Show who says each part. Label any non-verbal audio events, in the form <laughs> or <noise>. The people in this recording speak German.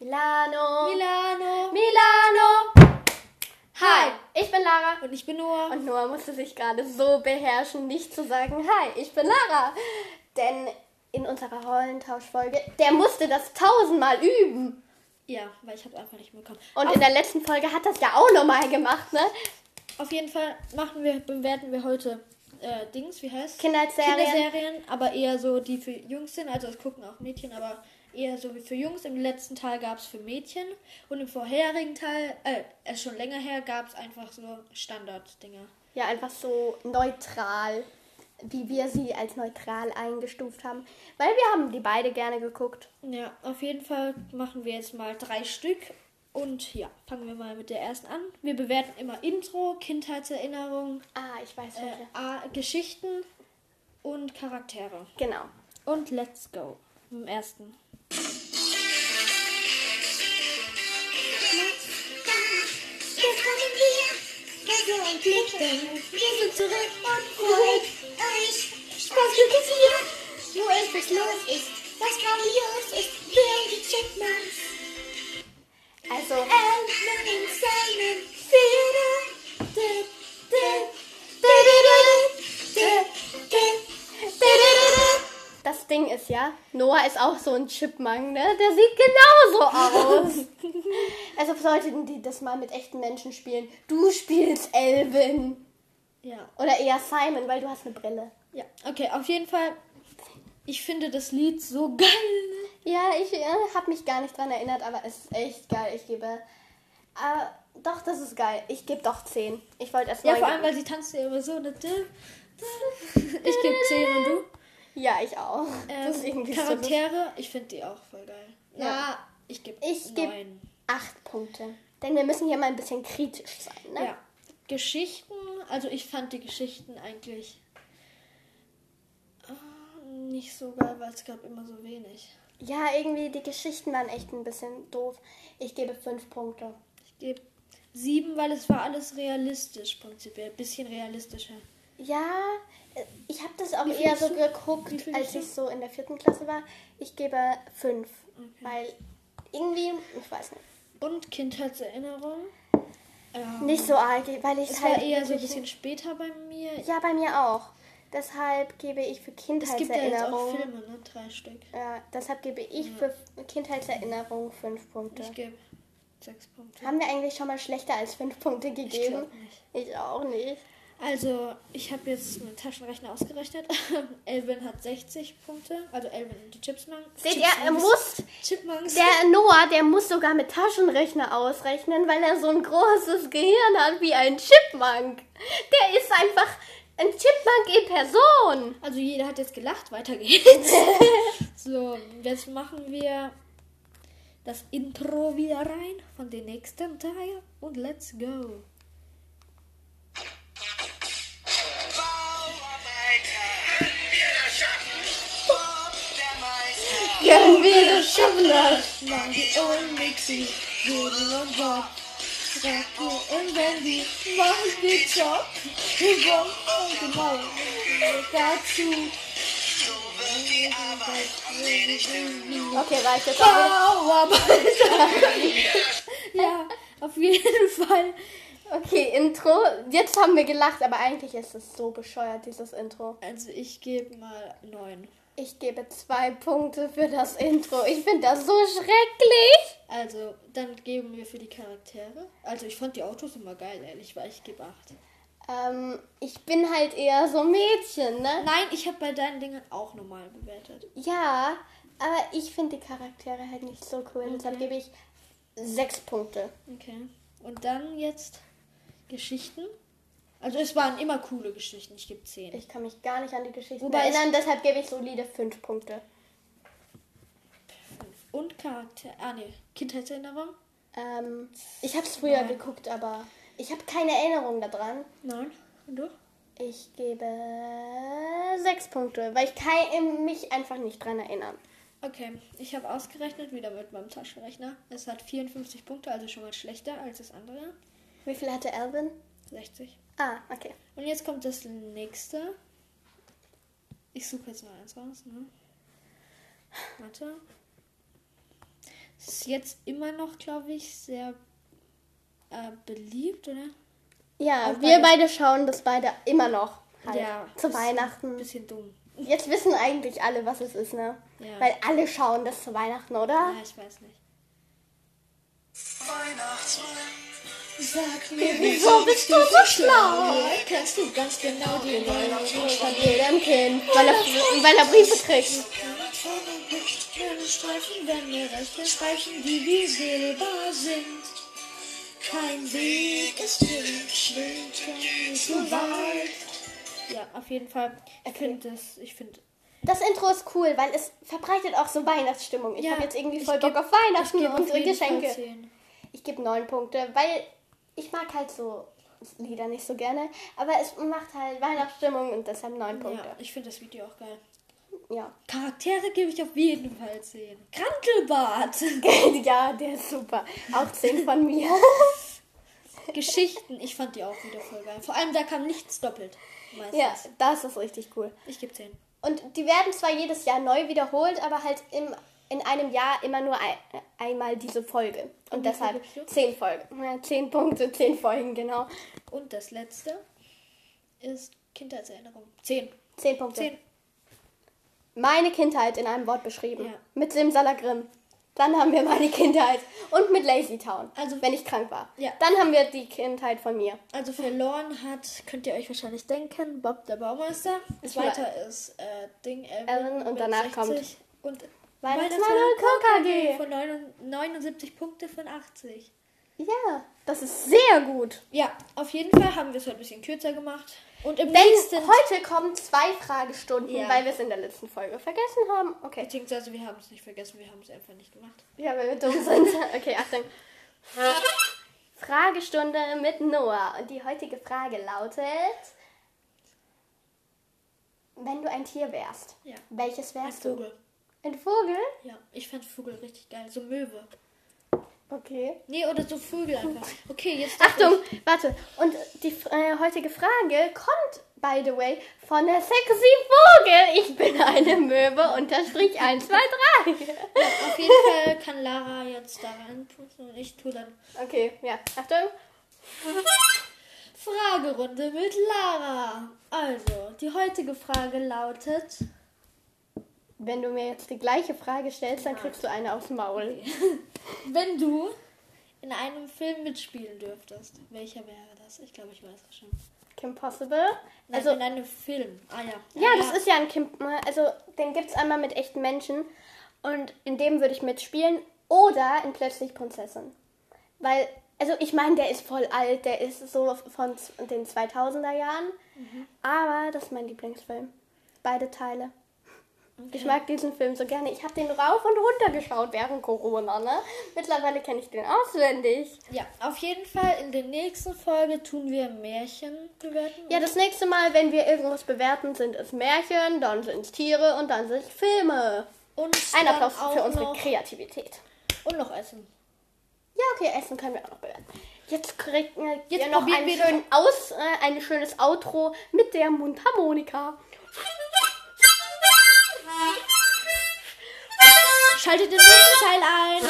Speaker 1: Milano.
Speaker 2: Milano.
Speaker 1: Milano. Hi,
Speaker 2: Hi.
Speaker 1: ich bin Lara.
Speaker 2: Und ich bin Noah.
Speaker 1: Und Noah musste sich gerade so beherrschen, nicht zu sagen, hi, ich bin Lara. Denn in unserer Rollentauschfolge, der musste das tausendmal üben.
Speaker 2: ja, weil ich hab's einfach nicht bekommen.
Speaker 1: Und
Speaker 2: auf,
Speaker 1: in der letzten Folge hat das ja auch nochmal gemacht, ne?
Speaker 2: auf jeden Fall machen wir, bewerten wir heute äh, Dings, wie heißt
Speaker 1: Kinderserien.
Speaker 2: Kinderserien, aber eher so die für Jungs sind. Also es gucken auch Mädchen, aber eher so wie für Jungs. Im letzten Teil gab's für Mädchen und im vorherigen Teil, äh, es ist schon länger her, gab's einfach so Standard-Dinger.
Speaker 1: Ja, einfach so neutral, wie wir sie als neutral eingestuft haben. Weil wir haben die beide gerne geguckt.
Speaker 2: Ja, auf jeden Fall machen wir jetzt mal drei Stück. Und ja, fangen wir mal mit der ersten an. Wir bewerten immer Intro, Kindheitserinnerung,
Speaker 1: Ah, ich weiß
Speaker 2: äh,
Speaker 1: welche.
Speaker 2: A- Geschichten und Charaktere.
Speaker 1: Genau.
Speaker 2: Und let's go. Im ersten.
Speaker 3: Jetzt kommen wir, Casio und Klicken. Wir sind zurück und freut euch. Spaß gibt es hier. Wo ist was los ist, was grandios ist, hören die Chipmunks.
Speaker 1: Also,
Speaker 3: Elfen in seinen Federn. Du, du, du, du, du, du, du, du, du, du.
Speaker 1: das Ding ist ja, Noah ist auch so ein Chipmunk, ne? Der sieht genauso
Speaker 2: <laughs>
Speaker 1: aus. also sollten die das mal mit echten Menschen spielen. Du spielst Elvin.
Speaker 2: Ja.
Speaker 1: Oder eher Simon, weil du hast eine Brille.
Speaker 2: Ja. Okay, auf jeden Fall. Ich finde das Lied so geil.
Speaker 1: Ja, ich äh, habe mich gar nicht dran erinnert, aber es ist echt geil. Ich gebe. Äh, doch, das ist geil. Ich gebe doch 10. Ich wollte erst
Speaker 2: Ja,
Speaker 1: neun
Speaker 2: vor allem,
Speaker 1: geben.
Speaker 2: weil sie tanzt ja immer so. ne? Ich gebe 10 und du?
Speaker 1: Ja, ich auch. das ist
Speaker 2: Ähm,
Speaker 1: irgendwie so lustig.
Speaker 2: Charaktere, ich finde die auch voll geil.
Speaker 1: Ja.
Speaker 2: ich gebe
Speaker 1: Ich geb-
Speaker 2: neun.
Speaker 1: Acht Punkte. Denn wir müssen hier mal ein bisschen kritisch sein, ne?
Speaker 2: Ja. Geschichten, also ich fand die Geschichten eigentlich äh, nicht so geil, weil es gab immer so wenig.
Speaker 1: Ja, irgendwie die Geschichten waren echt ein bisschen doof. Ich gebe fünf Punkte.
Speaker 2: Ich gebe sieben, weil es war alles realistisch prinzipiell, bisschen realistischer.
Speaker 1: Ja, äh, ich habe das auch
Speaker 2: Wie
Speaker 1: eher
Speaker 2: findest
Speaker 1: so
Speaker 2: du? Wie
Speaker 1: geguckt,
Speaker 2: findest
Speaker 1: als
Speaker 2: du?
Speaker 1: ich so in der vierten Klasse war. Ich gebe fünf, weil irgendwie, ich weiß nicht,
Speaker 2: Und Kindheitserinnerung. Ähm,
Speaker 1: nicht so arg, weil ich
Speaker 2: es
Speaker 1: halt
Speaker 2: war eher so ein
Speaker 1: wirklich-
Speaker 2: bisschen später bei mir.
Speaker 1: Ja, bei mir auch. Deshalb gebe ich für
Speaker 2: es gibt ja jetzt auch
Speaker 1: Kindheitserinnerung.
Speaker 2: Filme, ne? Drei Stück.
Speaker 1: Ja, deshalb gebe ich für Kindheitserinnerung fünf Punkte.
Speaker 2: Ich gebe sechs Punkte.
Speaker 1: Haben wir eigentlich schon mal schlechter als fünf Punkte
Speaker 2: Ich
Speaker 1: gegeben?
Speaker 2: glaube nicht.
Speaker 1: Ich auch nicht.
Speaker 2: Also, ich habe jetzt meinen Taschenrechner ausgerechnet. <laughs> Elvin hat 60 Punkte. Also, Elvin und die Chipsman.
Speaker 1: Seht ihr, er
Speaker 2: Chipsmunks.
Speaker 1: muss,
Speaker 2: Chipmunks.
Speaker 1: der Noah, der muss sogar mit Taschenrechner ausrechnen, weil er so ein großes Gehirn hat wie ein Chipmunk. Der ist einfach ein Chipmunk in Person.
Speaker 2: also, jeder hat jetzt gelacht.
Speaker 4: <laughs>
Speaker 2: Weiter geht's. so, jetzt machen wir das Intro wieder rein von den nächsten Teil. Und let's go.
Speaker 4: Bauarbeiter, wenn wir das schaffen, Bob der Meister.
Speaker 1: Können wir das schaffen?
Speaker 4: Mangi und Mixi, Dudel und Bob, Rocco und Wendy, machen den Job. Übung und genau, dazu. So wird die Arbeit erledigt im Nu.
Speaker 1: Okay, war ich jetzt auch wieder.
Speaker 2: Ja, auf jeden Fall.
Speaker 1: Okay, Intro. Jetzt haben wir gelacht, aber eigentlich ist es so bescheuert, dieses Intro.
Speaker 2: Also, ich gebe mal 9.
Speaker 1: Ich gebe zwei Punkte für das Intro. Ich finde das so schrecklich.
Speaker 2: Also, dann geben wir für die Charaktere. Also, ich fand die Autos immer geil, ehrlich, weil ich gebe 8.
Speaker 1: Ähm, ich bin halt eher so Mädchen, ne?
Speaker 2: Nein, ich habe bei deinen Dingen auch normal bewertet.
Speaker 1: Ja, aber ich finde die Charaktere halt nicht so cool. Deshalb
Speaker 2: Okay.
Speaker 1: gebe ich sechs Punkte.
Speaker 2: Okay. Und dann jetzt Geschichten. Also es waren immer coole Geschichten. Ich gebe 10.
Speaker 1: Ich kann mich gar nicht an die Geschichten
Speaker 2: Wobei ich-
Speaker 1: erinnern, deshalb gebe ich solide fünf Punkte.
Speaker 2: Und Charakter. Ah ne, Kindheitserinnerung.
Speaker 1: Ähm, ich habe es früher
Speaker 2: Nein.
Speaker 1: geguckt, aber ich habe keine Erinnerung daran.
Speaker 2: Nein. Und du?
Speaker 1: Ich gebe sechs Punkte, weil ich kann mich einfach nicht dran erinnern.
Speaker 2: Okay, ich habe ausgerechnet, wieder mit meinem Taschenrechner. Es hat 54 Punkte, also schon mal schlechter als das andere.
Speaker 1: Wie viel hatte Alvin?
Speaker 2: 60.
Speaker 1: Ah, okay.
Speaker 2: Und jetzt kommt das nächste. Ich suche jetzt mal eins raus, ne? Warte. Ist jetzt immer noch, glaube ich, sehr äh, beliebt, oder?
Speaker 1: Ja,
Speaker 2: Auch
Speaker 1: wir
Speaker 2: beide-
Speaker 1: beide schauen das beide immer noch. Halt.
Speaker 2: Ja.
Speaker 1: Zu
Speaker 2: Ist Ein
Speaker 1: Weihnachten.
Speaker 2: bisschen dumm.
Speaker 1: Jetzt wissen eigentlich alle, was es ist, ne?
Speaker 2: Ja.
Speaker 1: Weil alle schauen das zu Weihnachten, oder?
Speaker 2: Ja, ich weiß nicht.
Speaker 4: Weihnachtsmann, sag mir, wieso
Speaker 1: Wieso
Speaker 4: bist du so schlau? Kannst du ganz genau die Weihnachtsmann
Speaker 1: Von jedem Kind. Weil er, weil er Briefe kriegt.
Speaker 4: Keine Streifen, wenn mir rechte Streifen, die wie Silber sind. Kein Weg ist für Schwindel zu weit.
Speaker 2: Ja, auf jeden Fall. Ich finde das, ich finde,
Speaker 1: Das Intro ist cool, weil es verbreitet auch so Weihnachtsstimmung. Ich
Speaker 2: Ja,
Speaker 1: habe jetzt irgendwie
Speaker 2: ich
Speaker 1: voll
Speaker 2: geb-
Speaker 1: Bock auf Weihnachten
Speaker 2: gebe
Speaker 1: und
Speaker 2: auf
Speaker 1: unsere
Speaker 2: jeden Fall
Speaker 1: Geschenke.
Speaker 2: zehn.
Speaker 1: Ich gebe neun Punkte, weil ich mag halt so Lieder nicht so gerne. Aber es macht halt Weihnachtsstimmung und deshalb neun
Speaker 2: Ja,
Speaker 1: Punkte.
Speaker 2: ich finde das Video auch geil.
Speaker 1: Ja. <laughs>
Speaker 2: Charaktere gebe ich auf jeden Fall 10. Krantelbart.
Speaker 1: <laughs> ja, der ist super. Auch zehn von mir.
Speaker 2: <laughs> Geschichten, ich fand die auch wieder voll geil. Vor allem, da kam nichts doppelt. Meistens.
Speaker 1: ja, das ist richtig cool.
Speaker 2: Ich gebe 10.
Speaker 1: Und die werden zwar jedes Jahr neu wiederholt, aber halt im, in einem Jahr immer nur ein, einmal diese Folge. Und,
Speaker 2: Und wie viel
Speaker 1: deshalb
Speaker 2: gibst du?
Speaker 1: zehn Folgen. Ja, zehn Punkte, <laughs> zehn Folgen, genau.
Speaker 2: Und das letzte ist Kindheitserinnerung. 10.
Speaker 1: Zehn Punkte.
Speaker 2: 10.
Speaker 1: Meine Kindheit in einem Wort beschrieben.
Speaker 2: Ja.
Speaker 1: Mit Simsalagrim. Dann haben wir meine <laughs> Kindheit. Und mit Lazy Town.
Speaker 2: Also-
Speaker 1: wenn ich krank war.
Speaker 2: Ja.
Speaker 1: Dann haben wir die Kindheit von mir.
Speaker 2: Also verloren hat, könnt ihr euch wahrscheinlich denken, Bob der Baumeister.
Speaker 1: Ist
Speaker 2: Zweiter ist äh, Ding Evan.
Speaker 1: Evan und
Speaker 2: mit
Speaker 1: danach
Speaker 2: kommt und
Speaker 1: Weihnachtsmann
Speaker 2: Weihnachtsmann
Speaker 1: und KKG.
Speaker 2: von 9 79 Punkte von 80.
Speaker 1: Ja, das ist sehr gut.
Speaker 2: Ja, auf jeden Fall haben wir es heute ein bisschen kürzer gemacht. Und im
Speaker 1: Denn
Speaker 2: nächsten.
Speaker 1: heute kommen zwei Fragestunden,
Speaker 2: Ja.
Speaker 1: weil wir es in der letzten Folge vergessen haben. Okay.
Speaker 2: Beziehungsweise wir haben es nicht vergessen, wir haben es einfach nicht gemacht.
Speaker 1: Ja, weil wir dumm sind. Okay, Achtung. Fragestunde mit Noah. Und die heutige Frage lautet: Wenn du ein Tier wärst,
Speaker 2: Ja.
Speaker 1: welches
Speaker 2: Ein
Speaker 1: wärst du?
Speaker 2: Vogel.
Speaker 1: Ein Vogel?
Speaker 2: Ja, ich fand Vogel richtig geil. So Möwe.
Speaker 1: Okay.
Speaker 2: Nee, oder so Vögel einfach. Okay, jetzt. darf
Speaker 1: Achtung, warte. Und die äh, heutige Frage kommt, by the way, von der sexy Vogel. Ich bin eine Möwe, unterstrich 1, 2,
Speaker 2: <laughs>
Speaker 1: 3.
Speaker 2: ich-
Speaker 1: <laughs>
Speaker 2: Auf jeden Fall kann Lara jetzt da reinputzen und ich tue dann
Speaker 1: Okay, ja. Achtung.
Speaker 2: Fragerunde mit Lara. Also, die heutige Frage lautet.
Speaker 1: Wenn du mir jetzt die gleiche Frage stellst, dann kriegst du eine aufs Maul.
Speaker 2: Wenn du in einem Film mitspielen dürftest, welcher wäre das? Ich glaube, ich weiß es schon.
Speaker 1: Kim Possible.
Speaker 2: Nein,
Speaker 1: Also,
Speaker 2: in einem Film. Ah ja.
Speaker 1: ja, das ist ja ein Kim. Also, den gibt's einmal mit echten Menschen. Und in dem würde ich mitspielen. Oder in Plötzlich Prinzessin. Weil, also, ich meine, der ist voll alt. Der ist so von z- den 2000er Jahren. Aber das ist mein Lieblingsfilm. Beide Teile. Ich mag diesen Film so gerne. Ich habe den rauf und runter geschaut während Corona, ne? Mittlerweile kenne ich den auswendig.
Speaker 2: Ja, auf jeden Fall in der nächsten Folge tun wir Märchen bewerten.
Speaker 1: Ja, das nächste Mal, wenn wir irgendwas bewerten, sind es Märchen, dann sind es Tiere und dann sind es Filme.
Speaker 2: und
Speaker 1: Ein
Speaker 2: dann
Speaker 1: Applaus
Speaker 2: auch
Speaker 1: für unsere
Speaker 2: noch,
Speaker 1: Kreativität.
Speaker 2: Und noch Essen.
Speaker 1: Ja, okay, Essen können wir auch noch bewerten. Jetzt kriegt äh,
Speaker 2: Jetzt
Speaker 1: ihr noch
Speaker 2: probieren
Speaker 1: einen
Speaker 2: wir
Speaker 1: schönen Aus, äh, ein schönes Outro mit der Mundharmonika.
Speaker 2: Ah! Schaltet den nächsten Teil ein.